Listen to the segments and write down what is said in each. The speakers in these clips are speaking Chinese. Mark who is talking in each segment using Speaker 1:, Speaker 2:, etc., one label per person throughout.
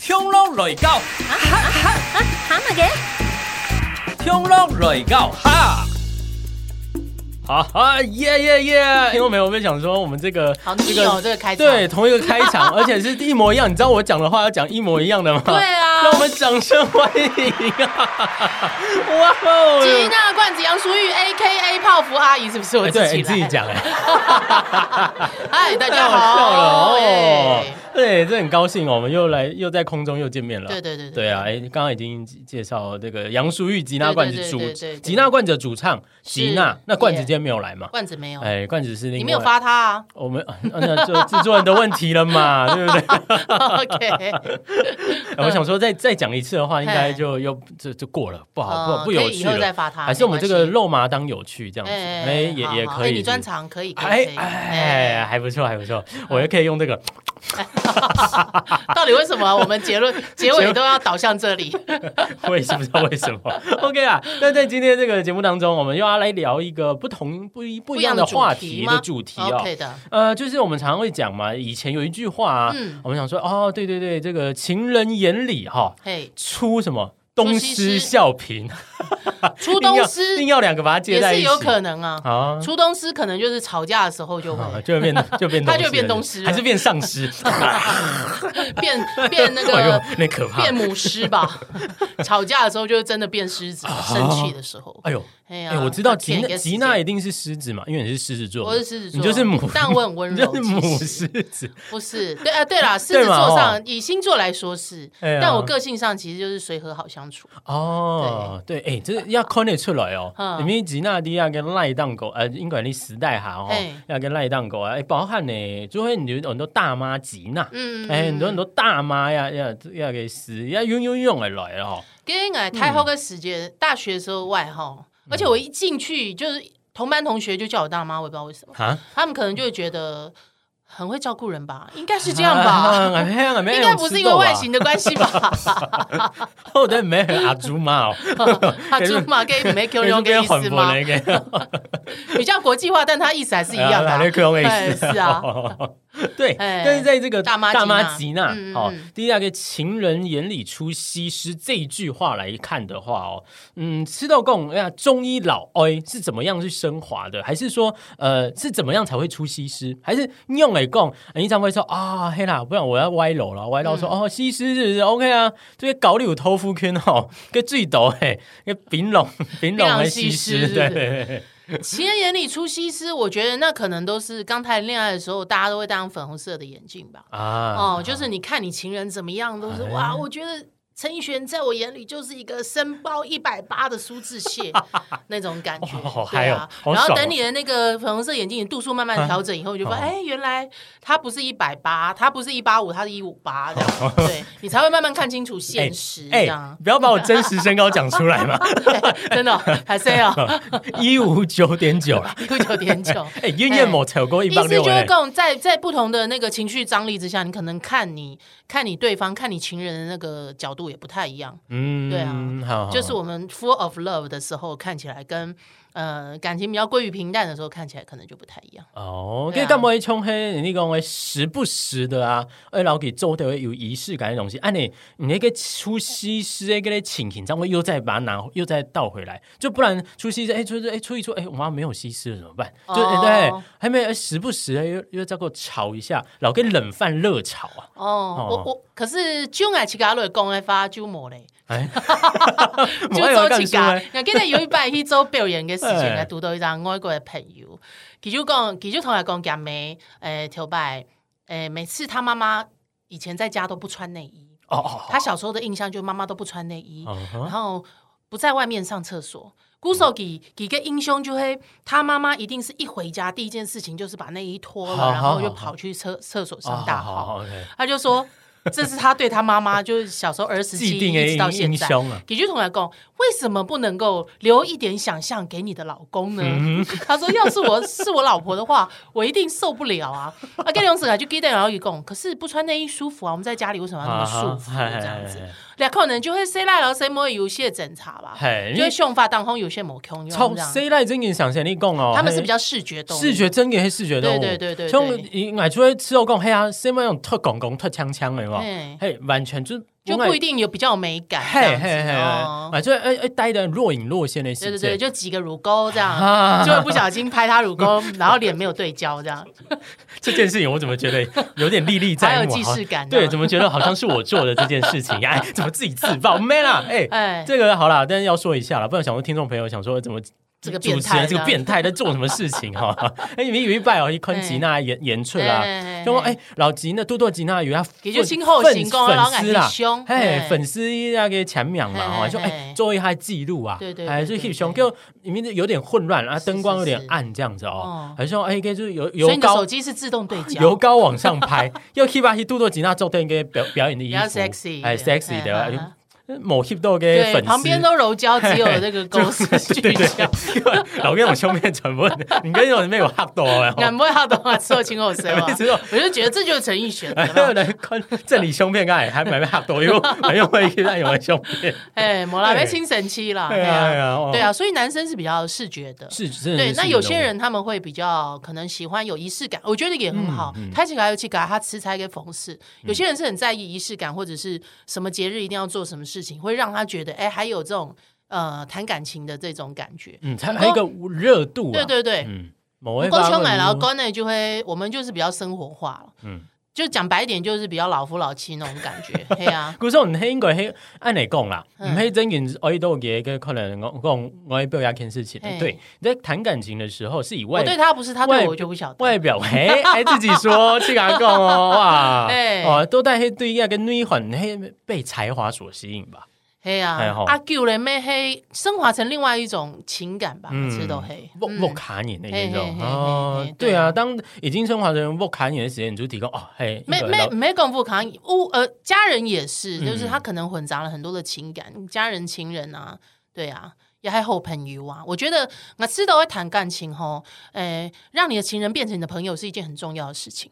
Speaker 1: 冲浪來教，
Speaker 2: 啊，喊乜嘅？
Speaker 1: 冲浪來教哈！好啊耶耶耶！听众朋友们想说，我们这个
Speaker 3: 好腻哦，这个开场。
Speaker 1: 对，同一个开 场，而且是一模一样。你知道我讲的话要讲一模一样的吗？
Speaker 3: 对啊
Speaker 1: 让我们掌声欢迎啊！哇哦！
Speaker 3: 吉娜罐子杨淑玉 A K A 泡芙阿姨是不是我
Speaker 1: 哎
Speaker 3: 自
Speaker 1: 对，
Speaker 3: 己
Speaker 1: 你自己
Speaker 3: 来？
Speaker 1: 讲 哎，
Speaker 3: 嗨，大
Speaker 1: 太
Speaker 3: 家
Speaker 1: 好笑了
Speaker 3: 好。
Speaker 1: 哦
Speaker 3: 哎！
Speaker 1: 对，这很高兴哦，我们又来又在空中又见面了。
Speaker 3: 对对对
Speaker 1: 对啊，哎，你刚刚已经介绍这个杨淑玉吉娜罐子主
Speaker 3: 对对对对对
Speaker 1: 吉娜罐子的主唱吉娜
Speaker 3: 是，
Speaker 1: 那罐子
Speaker 3: Yeah
Speaker 1: 今天没有来嘛？
Speaker 3: 罐子没有，
Speaker 1: 哎，罐子是另
Speaker 3: 你没有
Speaker 1: 外
Speaker 3: 发他啊
Speaker 1: 我们，啊那就制作人的问题了 嘛，对不对？
Speaker 3: 啊 ？OK，
Speaker 1: 哎我想说再再讲一次的话，应该
Speaker 3: 嘿
Speaker 1: 就又就就过了，不好
Speaker 3: 哦
Speaker 1: 不不
Speaker 3: 可以
Speaker 1: 有趣
Speaker 3: 以后再
Speaker 1: 了。
Speaker 3: 发他，
Speaker 1: 还是我们
Speaker 3: 没
Speaker 1: 这
Speaker 3: 关
Speaker 1: 个
Speaker 3: 系
Speaker 1: 肉麻当有趣这样子，哎，也
Speaker 3: 好
Speaker 1: 也
Speaker 3: 好
Speaker 1: 可
Speaker 3: 哎
Speaker 1: 以。
Speaker 3: 你专
Speaker 1: 是不是
Speaker 3: 长可以，可以，
Speaker 1: 哎
Speaker 3: 可以
Speaker 1: 哎，
Speaker 3: 哎，
Speaker 1: 还不错，还不错，我也可以用这个。
Speaker 3: 到底为什么我们结 论结尾都要导向这里？
Speaker 1: 我也是不知道为什么。OK 啊，那在今天这个节目当中，我们又要来聊一个不同不一不一样的话题的主题哦。
Speaker 3: ，OK 的，
Speaker 1: 呃，就是我们常会讲嘛，以前有一句话啊，
Speaker 3: 嗯，
Speaker 1: 我们想说哦，对对对，这个情人眼里哈、
Speaker 3: 嘿，
Speaker 1: 出什么东施效颦，
Speaker 3: 初
Speaker 1: 硬
Speaker 3: 冬
Speaker 1: 要
Speaker 3: 师
Speaker 1: 硬要两个把它接
Speaker 3: 也
Speaker 1: 在一
Speaker 3: 是
Speaker 1: 起，
Speaker 3: 有可能啊，
Speaker 1: 啊。
Speaker 3: 初冬师可能就是吵架的时候就
Speaker 1: 啊
Speaker 3: 会
Speaker 1: 就变就变，
Speaker 3: 它就变东施
Speaker 1: 施，
Speaker 3: 了
Speaker 1: 还是变丧尸？
Speaker 3: 变变那
Speaker 1: 哎呦
Speaker 3: 个，
Speaker 1: 有点可怕
Speaker 3: 变。母狮吧， 吵架的时候就是真的变狮子，生气的时候。
Speaker 1: 哎呦，
Speaker 3: 哎
Speaker 1: 啊哎、
Speaker 3: 呀，
Speaker 1: 我知道
Speaker 3: 他骗
Speaker 1: 吉
Speaker 3: 一
Speaker 1: 娜
Speaker 3: 个时
Speaker 1: 吉
Speaker 3: 间
Speaker 1: 娜一定是狮子嘛，因为你是狮子座嘛，
Speaker 3: 我是狮子座，
Speaker 1: 你就是母，
Speaker 3: 但我很温
Speaker 1: 你
Speaker 3: 柔，
Speaker 1: 就是母
Speaker 3: 其实
Speaker 1: 狮子。
Speaker 3: 不是？对啊，对啦， 狮
Speaker 1: 对
Speaker 3: 子
Speaker 1: 嘛
Speaker 3: 座
Speaker 1: 哦
Speaker 3: 上以星座来说是，
Speaker 1: 哎呀
Speaker 3: 但我个性上其实就是随和好相处。
Speaker 1: 哦，对，哎、这要 connect 出来哦。
Speaker 3: 嗯
Speaker 1: 里面吉纳迪亚跟赖当狗，呃，英管利时代哈哦
Speaker 3: 嘿，
Speaker 1: 要跟赖当狗啊，哎、包含呢，就会你有很多大妈吉娜，
Speaker 3: 嗯，
Speaker 1: 哎、很多很多大妈呀，要要给死，要用用用的来了哦。
Speaker 3: 跟哎太后个时间，大学的时候外号，而
Speaker 1: 嗯
Speaker 3: 且我一进去就是同班同学就叫我大妈，我也不知道为什么，
Speaker 1: 啊，
Speaker 3: 他们可能就会觉得很会照顾人吧，应该是这样吧。
Speaker 1: 啊，没有 啊，没有，
Speaker 3: 应该不是因为外形的关系吧？
Speaker 1: 哦，对，没有阿祖妈哦，
Speaker 3: 他猪嘛跟没 Q 用跟意思吗？
Speaker 1: 那个
Speaker 3: 比较国际化，但它意思还是一样的啊、
Speaker 1: 那 Q 的意
Speaker 3: 哎
Speaker 1: 思
Speaker 3: 是啊。
Speaker 1: 对，
Speaker 3: 哎
Speaker 1: 但是在这个
Speaker 3: 大妈吉娜
Speaker 1: 大妈吉娜
Speaker 3: 嗯嗯
Speaker 1: 好
Speaker 3: 嗯，
Speaker 1: 第二个情人眼里出西施这一句话来看的话哦，嗯，吃到贡哎呀，中医老哎是怎么样去升华的？还是说呃是怎么样才会出西施？还是用来贡你常会说啊黑啦，不然我要歪楼了，歪楼说、
Speaker 3: 嗯
Speaker 1: 哦西施是不是 OK 啊？这些搞柳偷夫圈哦， 跟最斗嘿，跟丙龙 丙龙跟西施
Speaker 3: 槟榔西施是不
Speaker 1: 对
Speaker 3: 是
Speaker 1: 对对对
Speaker 3: 情人眼里出西施，我觉得那可能都是刚谈恋爱的时候，大家都会戴上粉红色的眼镜吧。
Speaker 1: 啊
Speaker 3: 哦，就是你看你情人怎么样，都是
Speaker 1: 哎
Speaker 3: 哇，我觉得。陈奕迅在我眼里就是一个身高一百八的苏志 燮那种感觉，
Speaker 1: 哇好嗨
Speaker 3: 对
Speaker 1: 哦
Speaker 3: 啊。
Speaker 1: 好
Speaker 3: 然后
Speaker 1: 爽哦
Speaker 3: 等你的那个粉红色眼镜度数慢慢调整以后，你就发现，
Speaker 1: 哦
Speaker 3: 哎，原来他不是一百八，他不是一八五，他是一五八 这样，对你才会慢慢看清楚现实这
Speaker 1: 哎、
Speaker 3: 样。
Speaker 1: 不要把我真实身高讲出来 嘛，
Speaker 3: 真的哦，还是 要
Speaker 1: 一五九点九啦。
Speaker 3: 一个九点九。
Speaker 1: 哎，燕燕某才有 过一
Speaker 3: 意
Speaker 1: 百
Speaker 3: 思
Speaker 1: 六
Speaker 3: 就是
Speaker 1: 哎，
Speaker 3: 跟在在不同的那个情绪张力之下，你可能看你看你对方看你情人的那个角度也不太一样。
Speaker 1: 嗯
Speaker 3: 对啊
Speaker 1: 好，好
Speaker 3: 就是我们 full of love 的时候看起来跟呃感情比较归于平淡的时候看起来可能就不太一样。
Speaker 1: 哦，
Speaker 3: 对
Speaker 1: 跟
Speaker 3: 啊
Speaker 1: 干嘛一冲黑，你讲会时不时的啊，哎，老给周的有仪式感的东西，啊你你那个出西施哎，跟那请情，这样会又再把它拿，又再倒回来，就不然出西施哎，就是哎出一出哎，我妈没有西施了怎么办？就哎对
Speaker 3: 哦，
Speaker 1: 还没哎时不时哎又又再给我炒一下，老给冷饭热炒啊，
Speaker 3: 哦，我我可是啊就爱起嘎瑞公开发就莫 嘞，
Speaker 1: 哎，
Speaker 3: 就
Speaker 1: 我还有啊
Speaker 3: 周
Speaker 1: 干
Speaker 3: 起
Speaker 1: 出来
Speaker 3: 嘎。那今天有一摆去做表演嘅 事情，
Speaker 1: 哎
Speaker 3: 啊，读到一张外国的朋友，佢就讲，佢就同我讲讲妹，诶，头摆，诶，每次他妈妈以前在家都不穿内衣。
Speaker 1: 哦哦，
Speaker 3: 他小时候的印象就是妈妈都不穿内衣，
Speaker 1: 嗯哼
Speaker 3: 然后不在外面上厕所。姑嫂给给个英雄就会，他妈妈一定是一回家第一件事情就是把内衣脱
Speaker 1: 好
Speaker 3: 了，然后
Speaker 1: 好
Speaker 3: 就
Speaker 1: 好啊
Speaker 3: 跑去厕厕所 上大
Speaker 1: 哦好好
Speaker 3: 号。
Speaker 1: ，OK
Speaker 3: 他就说，这是他对他妈妈就是小时候儿时记
Speaker 1: 既
Speaker 3: 忆
Speaker 1: 定
Speaker 3: 一直到
Speaker 1: 的
Speaker 3: 现
Speaker 1: 英
Speaker 3: 在。
Speaker 1: 雄啊，
Speaker 3: 给句同来讲，为什么不能够留一点想象给你的老公呢？
Speaker 1: 嗯
Speaker 3: 他说，要是我是我老婆的话，我一定受不了啊！
Speaker 1: 啊
Speaker 3: 啊，跟梁子凯就给点然后一共，可是不穿内衣舒服啊，我们在家里为什么要那么束缚这样子？俩可能就会 say 来了，谁摸有些检查吧，
Speaker 1: 嘿，
Speaker 3: 就会秀发当空，有些某空用
Speaker 1: 超
Speaker 3: 这样。
Speaker 1: C 赖真给想先你讲哦，
Speaker 3: 他们是
Speaker 1: 嘿
Speaker 3: 比较视觉动物，
Speaker 1: 视觉真给黑视觉动物，
Speaker 3: 对对对对对
Speaker 1: 像你买出来吃肉讲，嘿啊，什么那种特公公特枪枪的有没有？
Speaker 3: 嘿，
Speaker 1: 嘿，完全就是
Speaker 3: 就不一定有比较有美感这
Speaker 1: 嘿
Speaker 3: 样
Speaker 1: 嘿
Speaker 3: 子
Speaker 1: 嘿，
Speaker 3: 哦。
Speaker 1: 买出来哎哎呆的若隐若现的
Speaker 3: 对
Speaker 1: 世
Speaker 3: 对
Speaker 1: 界，
Speaker 3: 对，就几个乳沟这样，
Speaker 1: 啊
Speaker 3: 就会不小心拍他乳沟，然后脸没有对焦这样，
Speaker 1: 这件事情我怎么觉 得有点历历
Speaker 3: 还
Speaker 1: 在
Speaker 3: 有
Speaker 1: 目
Speaker 3: 既
Speaker 1: 啊？
Speaker 3: 视感。
Speaker 1: 对，怎么觉得好像是我做的这件事情？哎，怎么自己自爆 man 啊？哎，
Speaker 3: 哎，
Speaker 1: 这个好啦，但是要说一下啦，不然想说听众朋友想说怎么
Speaker 3: 这个
Speaker 1: 主
Speaker 3: 变
Speaker 1: 持
Speaker 3: 态
Speaker 1: 人这个变态在做什么事情哈？ 哎，你们以为拜哦，一昆
Speaker 3: 哎
Speaker 1: 吉娜言言
Speaker 3: 对
Speaker 1: 顺啦，就说哎，老吉呢，多多吉那有他粉
Speaker 3: 也就今后行啊动，
Speaker 1: 粉
Speaker 3: 老
Speaker 1: 粉
Speaker 3: 感
Speaker 1: 丝
Speaker 3: 觉
Speaker 1: 啦，
Speaker 3: 凶，
Speaker 1: 嘿，
Speaker 3: 嘿
Speaker 1: 粉丝要给前秒嘛，
Speaker 3: 嘿
Speaker 1: 哦，
Speaker 3: 嘿
Speaker 1: 就哎
Speaker 3: 嘿
Speaker 1: 做一下记录啊，
Speaker 3: 对对对
Speaker 1: 哎，就
Speaker 3: 对
Speaker 1: 翕
Speaker 3: 对
Speaker 1: 相，就里面有点混乱啊，
Speaker 3: 是
Speaker 1: 灯光有点
Speaker 3: 是
Speaker 1: 暗这样子哦
Speaker 3: 哦，
Speaker 1: 还是说哎，该就是由
Speaker 3: 所以
Speaker 1: 由
Speaker 3: 你的
Speaker 1: 高
Speaker 3: 手机是自动对焦，
Speaker 1: 由高往上拍， 要 keep 把多多吉娜做点给表表演的
Speaker 3: 比
Speaker 1: 衣
Speaker 3: 较
Speaker 1: 服，
Speaker 3: sexy，
Speaker 1: 哎，sexy
Speaker 3: 嘿哈
Speaker 1: 的
Speaker 3: 哈，
Speaker 1: 某 keep 到给粉
Speaker 3: 对，
Speaker 1: 丝
Speaker 3: 旁边都柔焦，只有那个
Speaker 1: 就
Speaker 3: 公司聚
Speaker 1: 对对
Speaker 3: 焦，
Speaker 1: 对，老跟我胸面传播，你跟我没有吓到哦。
Speaker 3: 俺不会好懂啊，说清后 谁
Speaker 1: 你知道哎
Speaker 3: 我就觉得这就是陈奕迅，有没
Speaker 1: 还有
Speaker 3: 有
Speaker 1: 人看这里胸片，刚才还蛮吓到，因为我用会去那用胸片。
Speaker 3: 哎，莫拉
Speaker 1: 对
Speaker 3: 被清神期啦，
Speaker 1: 对
Speaker 3: 对
Speaker 1: 啊，对
Speaker 3: 啊，
Speaker 1: 啊哦
Speaker 3: 对啊，所以男生是比较视觉的。
Speaker 1: 是真的
Speaker 3: 对，
Speaker 1: 是
Speaker 3: 那
Speaker 1: 是
Speaker 3: 有些人他们会比较可能喜欢有仪式感，我觉得也很好
Speaker 1: 嗯嗯。嗯
Speaker 3: 他起来尤其给他吃菜跟缝饰，有些人是很在意仪式感，或者是什么节日一定要做什么事情，会让他觉得哎，还有这种呃谈感情的这种感觉。
Speaker 1: 嗯，它还有一个热度啊，
Speaker 3: 对对对，
Speaker 1: 嗯，某位
Speaker 3: 高
Speaker 1: 发
Speaker 3: 雄
Speaker 1: 问
Speaker 3: 买然后高内就会，我们就是比较生活化了。
Speaker 1: 嗯
Speaker 3: 嗯，就讲白一点，就是比较老夫老妻那种感 觉。嘿啊，
Speaker 1: 古时候唔应该迄按你讲啦，唔
Speaker 3: 嗯
Speaker 1: 迄真言我都嘅个可能我讲我表亚件事情的。
Speaker 3: 嘿
Speaker 1: 对，你在谈感情的时候是以
Speaker 3: 我
Speaker 1: 外
Speaker 3: 对他不是，他
Speaker 1: 外
Speaker 3: 对我就不晓得。
Speaker 1: 外表， 嘿，哎自己说，去他讲 哦，哇，
Speaker 3: 哎
Speaker 1: 哦，都带黑对亚跟女环黑被才华所吸引吧。
Speaker 3: 嘿
Speaker 1: 哎
Speaker 3: 啊
Speaker 1: 吼，
Speaker 3: 阿 Q 人妹黑升华成另外一种情感吧，
Speaker 1: 嗯
Speaker 3: 吃都黑。
Speaker 1: 沃
Speaker 3: 嗯
Speaker 1: 沃卡年的那
Speaker 3: 嘿嘿
Speaker 1: 种
Speaker 3: 嘿嘿
Speaker 1: 哦
Speaker 3: 嘿，
Speaker 1: 对
Speaker 3: 对
Speaker 1: 啊，
Speaker 3: 啊
Speaker 1: 当已经升华成沃卡年的时间，你就提供哦，嘿，
Speaker 3: 没
Speaker 1: 一个
Speaker 3: 没
Speaker 1: 老
Speaker 3: 没功夫扛，乌呃家人也是，就是
Speaker 1: 嗯
Speaker 3: 他可能混杂了很多的情感，家人、情人啊，对啊，也还有朋友啊。我觉得我吃都会谈感情吼，诶、让你的情人变成你的朋友是一件很重要的事情。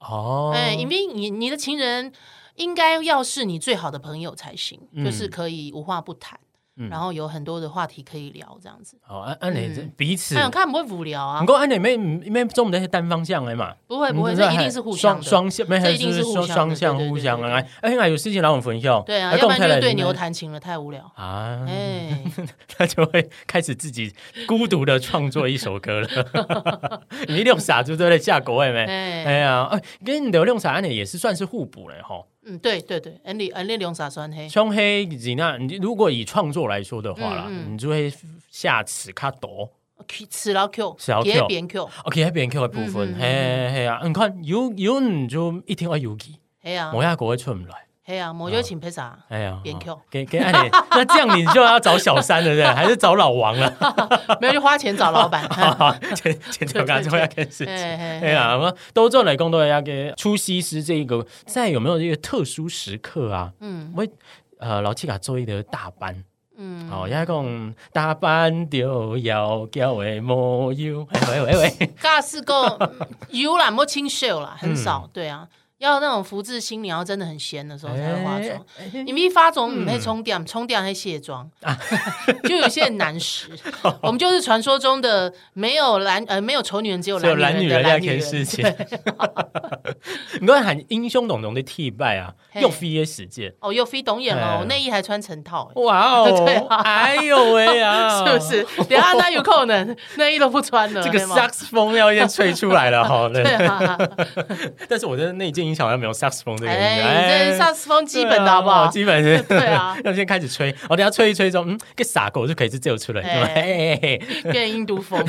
Speaker 1: 哦，
Speaker 3: 哎，因为你你的情人应该要是你最好的朋友才行，就是
Speaker 1: 嗯
Speaker 3: 可以无话不谈，
Speaker 1: 嗯
Speaker 3: 然后有很多的话题可以聊，这样子。
Speaker 1: 好，按按啊你这
Speaker 3: 嗯
Speaker 1: 彼此
Speaker 3: 哎，我看不会无聊啊
Speaker 1: 不，过按你妹妹中我们那些单方向的嘛，
Speaker 3: 不会不会，
Speaker 1: 嗯
Speaker 3: 这一定是互相
Speaker 1: 双
Speaker 3: 的。
Speaker 1: 双向，没
Speaker 3: 这一定
Speaker 1: 就是是
Speaker 3: 互
Speaker 1: 说
Speaker 3: 相的
Speaker 1: 双向
Speaker 3: 对对
Speaker 1: 互
Speaker 3: 对
Speaker 1: 相
Speaker 3: 对
Speaker 1: 啊。哎，哎有事情让我们分享，
Speaker 3: 对啊，
Speaker 1: 哎
Speaker 3: 要不然就是对
Speaker 1: 你
Speaker 3: 牛
Speaker 1: 们
Speaker 3: 弹琴了，太无 聊。
Speaker 1: 啊，
Speaker 3: 哎，
Speaker 1: 他就会开始自己孤独的创作一首歌了。 你用傻猪对不对？下国外没？哎
Speaker 3: 哎，
Speaker 1: 呀，哎，跟你的用傻呢也是算是互补了哈。
Speaker 3: 嗯，对对对，N 里 N 里龙傻酸黑，
Speaker 1: 胸黑吉娜，你如果以创作来说的话啦，
Speaker 3: 嗯嗯
Speaker 1: 你就会下此卡抖。
Speaker 3: 吃老 Q，
Speaker 1: 吃老 Q
Speaker 3: 别扁 Q，
Speaker 1: OK，那边 Q 的部分，
Speaker 3: 嗯嗯嗯
Speaker 1: 嘿嘿嘿啊，你看有有你就一定要有记，
Speaker 3: 嘿啊
Speaker 1: 我亚国会出不来。
Speaker 3: 嘿啊，我就请 配啥？
Speaker 1: 哎呀，
Speaker 3: 边
Speaker 1: 哦
Speaker 3: Q
Speaker 1: 给给按你，那这样你就要找小三了，对不对？还是找老王 了？
Speaker 3: 没有就花钱找 老板。
Speaker 1: 前前头刚才要件事情。
Speaker 3: 哎
Speaker 1: 哦哎呀，我们都做来工作要给出西施这一个，在有没有一个特殊时刻啊？
Speaker 3: 嗯
Speaker 1: 我呃老七卡做一个大班，
Speaker 3: 嗯，
Speaker 1: 哦，要讲大班就要叫的模样。哎喂喂喂，
Speaker 3: 尬是够有啦，莫清秀啦，很少。
Speaker 1: 嗯
Speaker 3: 对啊，要那种福至心灵，要真的很闲的时候才会
Speaker 1: 哎
Speaker 3: 化妆。哎你们一发妆，
Speaker 1: 嗯
Speaker 3: 你会冲掉，冲掉还卸妆，
Speaker 1: 啊
Speaker 3: 就有些很难识。 我们就是传说中的没有蓝呃没有丑女人，只有
Speaker 1: 只有
Speaker 3: 蓝
Speaker 1: 男女
Speaker 3: 人
Speaker 1: 人
Speaker 3: 的
Speaker 1: 要
Speaker 3: 蓝女
Speaker 1: 件事
Speaker 3: 人。
Speaker 1: 情。 你刚才喊英雄董董的替拜啊，
Speaker 3: 嘿
Speaker 1: 又飞也使劲。
Speaker 3: 哦，又飞懂眼
Speaker 1: 哎
Speaker 3: 了，我内衣还穿成套、欸。
Speaker 1: 哇哦，
Speaker 3: 对啊
Speaker 1: 哎呦喂啊，
Speaker 3: 是不？是？等一下那有可 能内衣都不穿了，
Speaker 1: 这个
Speaker 3: 对吗
Speaker 1: sax 风要先吹出来 了哈，
Speaker 3: 对
Speaker 1: 对。
Speaker 3: 啊，
Speaker 1: 但是我的内建音好像没有 sax 风这个音，
Speaker 3: 哎，你这萨克斯风基本的好不
Speaker 1: 对啊
Speaker 3: 好？
Speaker 1: 基本是，
Speaker 3: 对啊
Speaker 1: 要先开始吹，我等一下吹一吹之后，嗯，个傻狗就可以是自由出来，对吧？
Speaker 3: 哎
Speaker 1: 嘿嘿嘿
Speaker 3: 变印度风。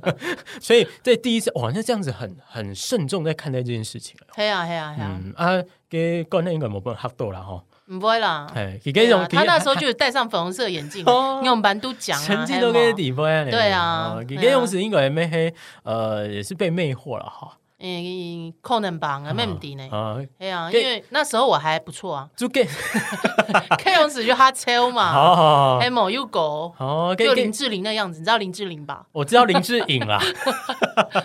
Speaker 1: 所以这第一次，哇，那这样子很很慎重在看待这件事情了。
Speaker 3: 嘿啊嘿啊嘿啊，
Speaker 1: 嗯啊，给国内应该没办法合到了哈，
Speaker 3: 唔会啦。
Speaker 1: 哎，给
Speaker 3: 对
Speaker 1: 这种
Speaker 3: 啊他那时候就戴上粉红色眼镜，
Speaker 1: 哦
Speaker 3: 因为我们班都讲 啊，
Speaker 1: 成绩都给
Speaker 3: 底，
Speaker 1: 底波呀，
Speaker 3: 对啊
Speaker 1: 哦给
Speaker 3: 对
Speaker 1: 这
Speaker 3: 啊
Speaker 1: 种是应该没黑，呃，也是被魅惑了哈。
Speaker 3: 嗯，扣能榜啊，没唔低呢。
Speaker 1: 啊，
Speaker 3: 哎呀，因
Speaker 1: 给
Speaker 3: 为那时候我还不错啊
Speaker 1: 就给，
Speaker 3: ，K 用子就哈车 嘛，
Speaker 1: 好好
Speaker 3: 还某又狗，
Speaker 1: 好，给
Speaker 3: 就啊哎林
Speaker 1: 给，？
Speaker 3: 志玲那样子，你知道林志玲吧
Speaker 1: 我知道林志颖 啦，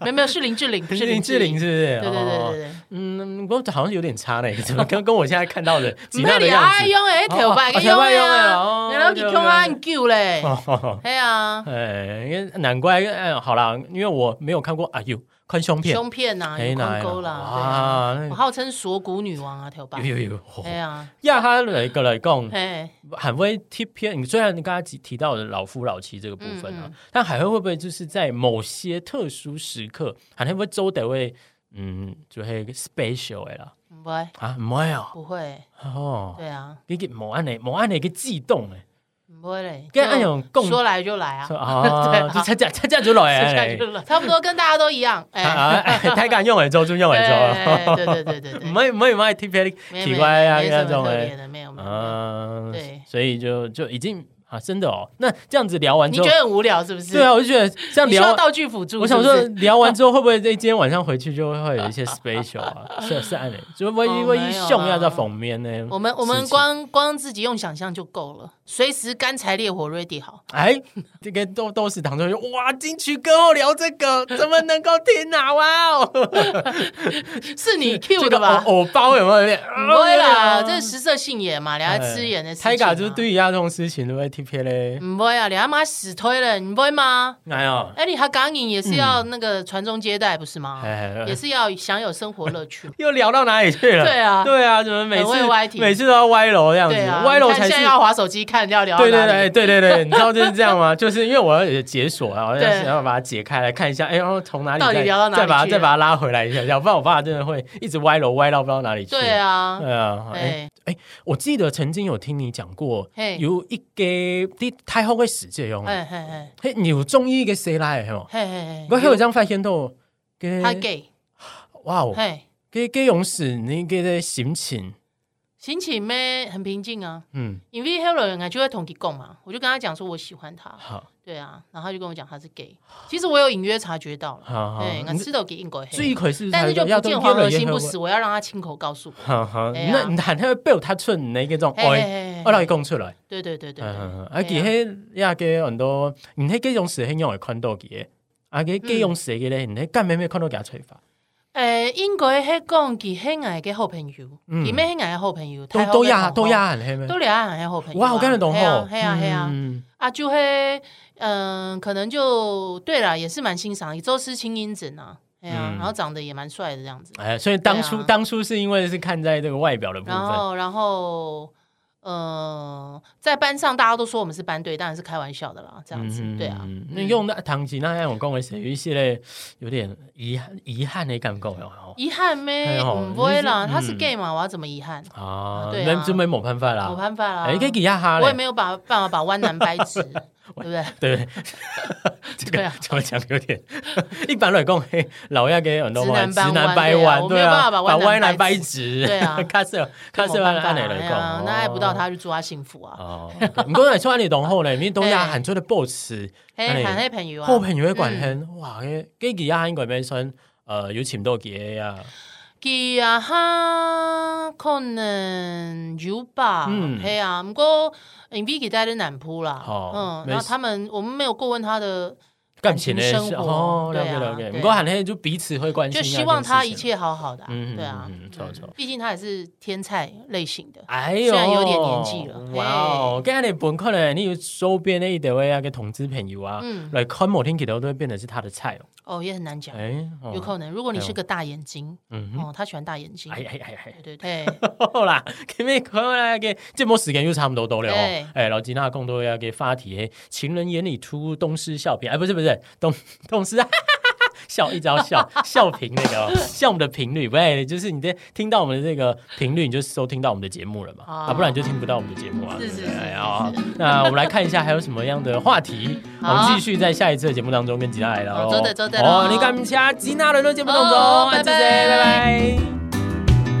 Speaker 3: 没有没有，是林志玲，不 是
Speaker 1: 林志
Speaker 3: 志
Speaker 1: 玲
Speaker 3: 玲
Speaker 1: 是。不是？
Speaker 3: 对对对对
Speaker 1: 哦，
Speaker 3: 对，
Speaker 1: 嗯，我好像有点差 呢，怎么跟跟我现在看到的吉
Speaker 3: 唔
Speaker 1: 娜
Speaker 3: 要
Speaker 1: 的
Speaker 3: 你
Speaker 1: 样
Speaker 3: 爱
Speaker 1: 子？
Speaker 3: 用诶，头发
Speaker 1: 哦
Speaker 3: 给用
Speaker 1: 头发用
Speaker 3: 的
Speaker 1: 的哦
Speaker 3: 啊，然后去
Speaker 1: OK，OK，OK
Speaker 3: 用啊，你救嘞，
Speaker 1: 哦
Speaker 3: 哎 呀，
Speaker 1: 哎，因为难怪，哎，好啦，因为我没有看过，哎呦，看胸片，
Speaker 3: 胸片呐，
Speaker 1: 哎
Speaker 3: 啊有
Speaker 1: 哪
Speaker 3: 宽
Speaker 1: 有
Speaker 3: 沟啦，对啊
Speaker 1: 哇，
Speaker 3: 我
Speaker 1: 那
Speaker 3: 号称锁骨女王啊，头发，
Speaker 1: 有有有，哦
Speaker 3: 哎呀，
Speaker 1: 亚哈来个来讲，
Speaker 3: 哎，
Speaker 1: 很会贴片。虽然你刚才提提到的老夫老妻这个部分啊，
Speaker 3: 嗯嗯
Speaker 1: 但海会会不会就是在某些特殊时刻，还会不会周得会嗯，就会 special 的啦
Speaker 3: 不会
Speaker 1: 啊，唔会哦，
Speaker 3: 不会，
Speaker 1: 哦，
Speaker 3: 对啊，
Speaker 1: 你给某案的某案的一个悸动哎，
Speaker 3: 不会嘞，
Speaker 1: 跟按用共
Speaker 3: 说来就来啊
Speaker 1: 说，啊，
Speaker 3: 对
Speaker 1: 就
Speaker 3: 啊
Speaker 1: 参加参加就来
Speaker 3: 说来
Speaker 1: 哎
Speaker 3: 就，来，差不多跟大家都一样，
Speaker 1: 啊
Speaker 3: 哎，
Speaker 1: 啊，哎太敢用诶，周就用诶，
Speaker 3: 哎
Speaker 1: 周，
Speaker 3: 对对对对 对，
Speaker 1: 唔会唔会唔会贴片
Speaker 3: 没
Speaker 1: 啊奇怪啊
Speaker 3: 没没
Speaker 1: 那
Speaker 3: 什么
Speaker 1: 种
Speaker 3: 特
Speaker 1: 哎
Speaker 3: 别，的，没有没有。没有
Speaker 1: 嗯，
Speaker 3: 对
Speaker 1: 所以就就已经啊，真的哦，那这样子聊完
Speaker 3: 你
Speaker 1: 之后
Speaker 3: 觉。得很无聊是不是？
Speaker 1: 对啊，我就觉得这样
Speaker 3: 你需
Speaker 1: 聊
Speaker 3: 要
Speaker 1: 完，
Speaker 3: 道具辅助。
Speaker 1: 我想
Speaker 3: 是不
Speaker 1: 说嗯
Speaker 3: 是，
Speaker 1: 聊完之后会不会在今天晚上回去就会有一 些 special 啊？是是按的，就万一
Speaker 3: 哦
Speaker 1: 万
Speaker 3: 没
Speaker 1: 一
Speaker 3: 有
Speaker 1: 熊要
Speaker 3: 啦
Speaker 1: 在封面呢？
Speaker 3: 我们我
Speaker 1: 事
Speaker 3: 们
Speaker 1: 情
Speaker 3: 光光自己用想象就够了，随时干柴烈火 ready 好。
Speaker 1: 哎，这个都都是唐周说哇，金曲歌后聊这个怎么能够听啊？哇哦，
Speaker 3: 是你
Speaker 1: 这
Speaker 3: Q
Speaker 1: 个
Speaker 3: 的吧？
Speaker 1: 偶偶包有没有有点？
Speaker 3: 不会啦，
Speaker 1: 哦
Speaker 3: 这是食色性也嘛，聊吃眼的事情
Speaker 1: 泰
Speaker 3: 嘛。
Speaker 1: 嘎哎就是对于亚这种事情都会 T P 嘞。
Speaker 3: 不会啊，聊妈死推了，你不会吗？
Speaker 1: 哎呀，
Speaker 3: 哎，你还港影也是要那个传宗接代不是吗？
Speaker 1: 哎。
Speaker 3: 也是要享有生活乐趣
Speaker 1: 又聊到哪里去了？
Speaker 3: 对啊
Speaker 1: 对啊，怎么每
Speaker 3: 很会歪
Speaker 1: 次
Speaker 3: 题
Speaker 1: 每次都要歪楼这样子？
Speaker 3: 对啊，
Speaker 1: 歪楼
Speaker 3: 你看
Speaker 1: 才
Speaker 3: 现
Speaker 1: 是
Speaker 3: 在要划手机看要聊到
Speaker 1: 对对
Speaker 3: 哪里
Speaker 1: 对对对对，你知道就是这样吗？就是因为我要解锁啊，我要
Speaker 3: 对
Speaker 1: 想要把它解开来看一下，哎，然后从哪里
Speaker 3: 到底
Speaker 1: 再
Speaker 3: 聊到哪里
Speaker 1: 再把它
Speaker 3: 去
Speaker 1: 再
Speaker 3: 了
Speaker 1: 把它拉回来一下，要不然我爸真的会一直歪楼歪到不知道哪里去。
Speaker 3: 对，啊，
Speaker 1: 对啊，哎
Speaker 3: 哎，
Speaker 1: 我记得曾经有听你讲过
Speaker 3: 嘿，哎
Speaker 1: 有一个你太后会使这用，
Speaker 3: 嘿嘿嘿
Speaker 1: 嘿，你有中医一个谁来哦的吼？
Speaker 3: 嘿嘿
Speaker 1: 我还
Speaker 3: 嘿
Speaker 1: 有，张发现到，给
Speaker 3: 哎他 gay，
Speaker 1: 哇嗯哦，
Speaker 3: 嘿，
Speaker 1: 给给勇士你给的心情，
Speaker 3: 心情咩很平静啊。
Speaker 1: 嗯，
Speaker 3: 因为 Hello 人啊就会同你共嘛，我就跟他讲说我喜欢他，
Speaker 1: 好，
Speaker 3: 对啊，然后他就跟我讲他是 gay，其实我有隐约察觉到了，
Speaker 1: 好好，
Speaker 3: 对，我吃到给英国
Speaker 1: 啊最
Speaker 3: 黑，
Speaker 1: 可是
Speaker 3: 但是就
Speaker 1: 要
Speaker 3: 不
Speaker 1: 都
Speaker 3: 见
Speaker 1: 约
Speaker 3: 黄
Speaker 1: 了约
Speaker 3: 河心
Speaker 1: 会
Speaker 3: 不
Speaker 1: 过
Speaker 3: 死，我要让他亲口告诉我，
Speaker 1: 好好，
Speaker 3: 哎呀
Speaker 1: 那你喊他被他寸那个种哎哦
Speaker 3: 嘿嘿
Speaker 1: 爱，
Speaker 3: 嘿
Speaker 1: 我
Speaker 3: 嘿
Speaker 1: 来讲出来。
Speaker 3: 对对对对
Speaker 1: 嗯，
Speaker 3: 对，
Speaker 1: 啊，其
Speaker 3: 嘿啊
Speaker 1: 实也给很多，你迄几种时很用会看到嘅，啊，佮几种时嘅咧，你干咩咩看到佮吹法，
Speaker 3: 诶，英国迄讲其实迄爱嘅好朋友，
Speaker 1: 嗯
Speaker 3: 伊咩迄爱嘅好朋友，
Speaker 1: 都
Speaker 3: 台湾
Speaker 1: 都
Speaker 3: 的
Speaker 1: 呀
Speaker 3: 同
Speaker 1: 都
Speaker 3: 好，
Speaker 1: 呀，系咩
Speaker 3: 都？俩人嘅好朋友啊，
Speaker 1: 哇，我跟你懂
Speaker 3: 嘿啊
Speaker 1: 吼，
Speaker 3: 嘿啊嘿啊，
Speaker 1: 嗯，
Speaker 3: 啊，就会，嗯，可能就对啦，也是蛮欣赏，周思清英子啊，哎呀
Speaker 1: 嗯，
Speaker 3: 然后长得也蛮帅的这样子。
Speaker 1: 哎，所以当初
Speaker 3: 对啊
Speaker 1: 当初是因为是看在这个外表的部
Speaker 3: 然
Speaker 1: 分，
Speaker 3: 后，然后，呃，在班上大家都说我们是班队，当然是开玩笑的啦，这样子，
Speaker 1: 嗯
Speaker 3: 对啊，
Speaker 1: 那用那唐吉那样讲的是有一些咧有点遗憾遗憾的感觉哦，
Speaker 3: 遗憾咩？
Speaker 1: 哎呦
Speaker 3: 嗯不会啦，
Speaker 1: 你是
Speaker 3: 他是
Speaker 1: 嗯
Speaker 3: gay 嘛，我要怎么遗憾？
Speaker 1: 啊，
Speaker 3: 对啊
Speaker 1: 那就没没办法
Speaker 3: 我
Speaker 1: 啦，
Speaker 3: 办法啦，
Speaker 1: 哎，给给亚哈
Speaker 3: 我
Speaker 1: 嘞
Speaker 3: 也。没有把办法把弯男掰 直，对不对？
Speaker 1: 对，这
Speaker 3: 对
Speaker 1: 个
Speaker 3: 啊
Speaker 1: 怎么讲有点， 一般来讲，嘿，老亚给很多
Speaker 3: 直男
Speaker 1: 直
Speaker 3: 掰弯
Speaker 1: 男掰
Speaker 3: 对啊
Speaker 1: 弯，
Speaker 3: 我
Speaker 1: 对
Speaker 3: 没有办
Speaker 1: 啊，
Speaker 3: 法
Speaker 1: 把
Speaker 3: 把弯
Speaker 1: 弯男
Speaker 3: 男
Speaker 1: 掰
Speaker 3: 掰
Speaker 1: 直，
Speaker 3: 对啊
Speaker 1: 卡瑟卡瑟
Speaker 3: 没
Speaker 1: 按
Speaker 3: 办法
Speaker 1: 按
Speaker 3: 啦
Speaker 1: 你来
Speaker 3: 哎
Speaker 1: 讲
Speaker 3: 呀
Speaker 1: 哦，
Speaker 3: 那爱不到他就祝他幸福啊！
Speaker 1: 哦。你讲来说你同好嘞，你东亚喊出的 boss，哎
Speaker 3: 嘿，喊黑朋友啊，
Speaker 1: 好朋友的关系，哇，给几亚应该咩算？呃，有请到几个呀？
Speaker 3: 其啊哈，可能有吧，
Speaker 1: 嗯
Speaker 3: 嘿啊，不过因为期待的南浦啦，
Speaker 1: 哦
Speaker 3: 嗯，
Speaker 1: 没
Speaker 3: 然后
Speaker 1: 事
Speaker 3: 他们我们没有过问他的，
Speaker 1: 感情的
Speaker 3: 生
Speaker 1: 事
Speaker 3: 活
Speaker 1: 哦，了
Speaker 3: 对
Speaker 1: 解
Speaker 3: 啊
Speaker 1: 了解。
Speaker 3: 对啊
Speaker 1: 不过喊那就彼此会关心
Speaker 3: 就
Speaker 1: 啊，
Speaker 3: 希望他
Speaker 1: 这
Speaker 3: 一
Speaker 1: 件事情。
Speaker 3: 切好好的啊，
Speaker 1: 嗯嗯
Speaker 3: 对啊
Speaker 1: 嗯嗯，错错
Speaker 3: 毕竟他也是天才类型的，
Speaker 1: 哎呦，
Speaker 3: 虽然有点年纪了
Speaker 1: 哇哦！跟你本可能你有周边的一堆位啊，个同志朋友啊，
Speaker 3: 嗯，
Speaker 1: 来看某天起头都会变得是他的菜哦。
Speaker 3: 哦，也很难讲，
Speaker 1: 哎，哦
Speaker 3: 有可能，如果你是个大眼睛，
Speaker 1: 嗯哼，
Speaker 3: 哦，他喜欢大眼睛，
Speaker 1: 哎哎哎
Speaker 3: 对对对，
Speaker 1: 哎，好啦， 今日看来个节目时间又差不多到了哦
Speaker 3: 哎。
Speaker 1: 哎，老吉那共都要给发题，嘿情人眼里出东施效颦，哎，不是不是，东 东施。哈哈哈哈笑一招笑 笑频那个哦，笑我们的频率，喂，就是你在听到我们的这个频率，你就收听到我们的节目了嘛，
Speaker 3: 哦
Speaker 1: 啊，不然你就听不到我们的节目啊。
Speaker 3: 是是
Speaker 1: 对
Speaker 3: 是
Speaker 1: 不对
Speaker 3: 是
Speaker 1: 哎呀，那我们来看一下还有什么样的话题，我
Speaker 3: 好
Speaker 1: 们继续在下一次的节目当中跟吉娜来聊哦。
Speaker 3: 好周的周的
Speaker 1: 哦
Speaker 3: 咯，
Speaker 1: 你感谢吉娜来到节目当
Speaker 3: 哦
Speaker 1: 中，啊
Speaker 3: 拜
Speaker 1: 谢谢拜拜。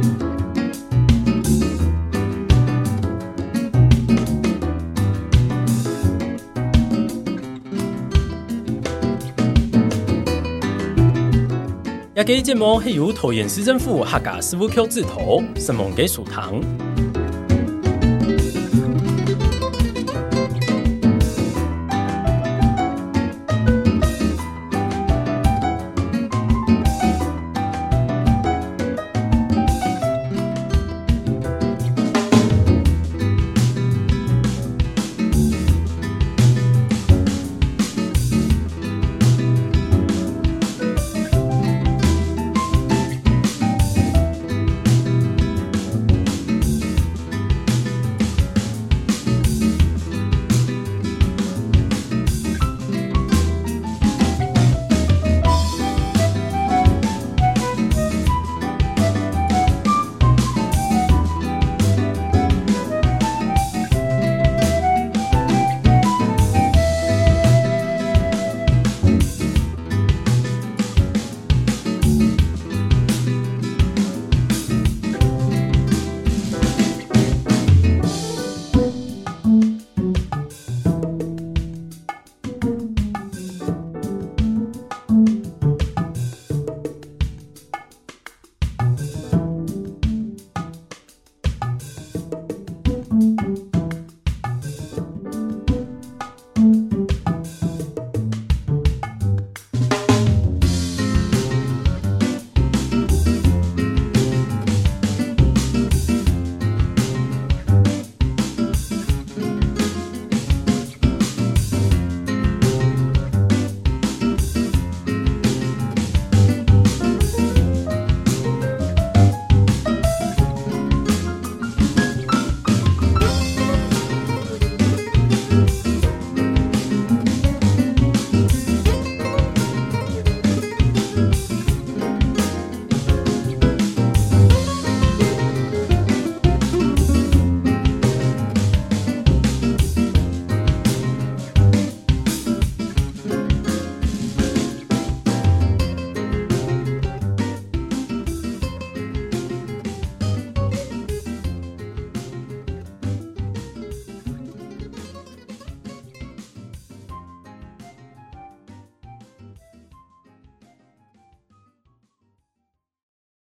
Speaker 1: 也给建模黑油头眼失正负哈嘎师傅 Q 字头，什么给属糖。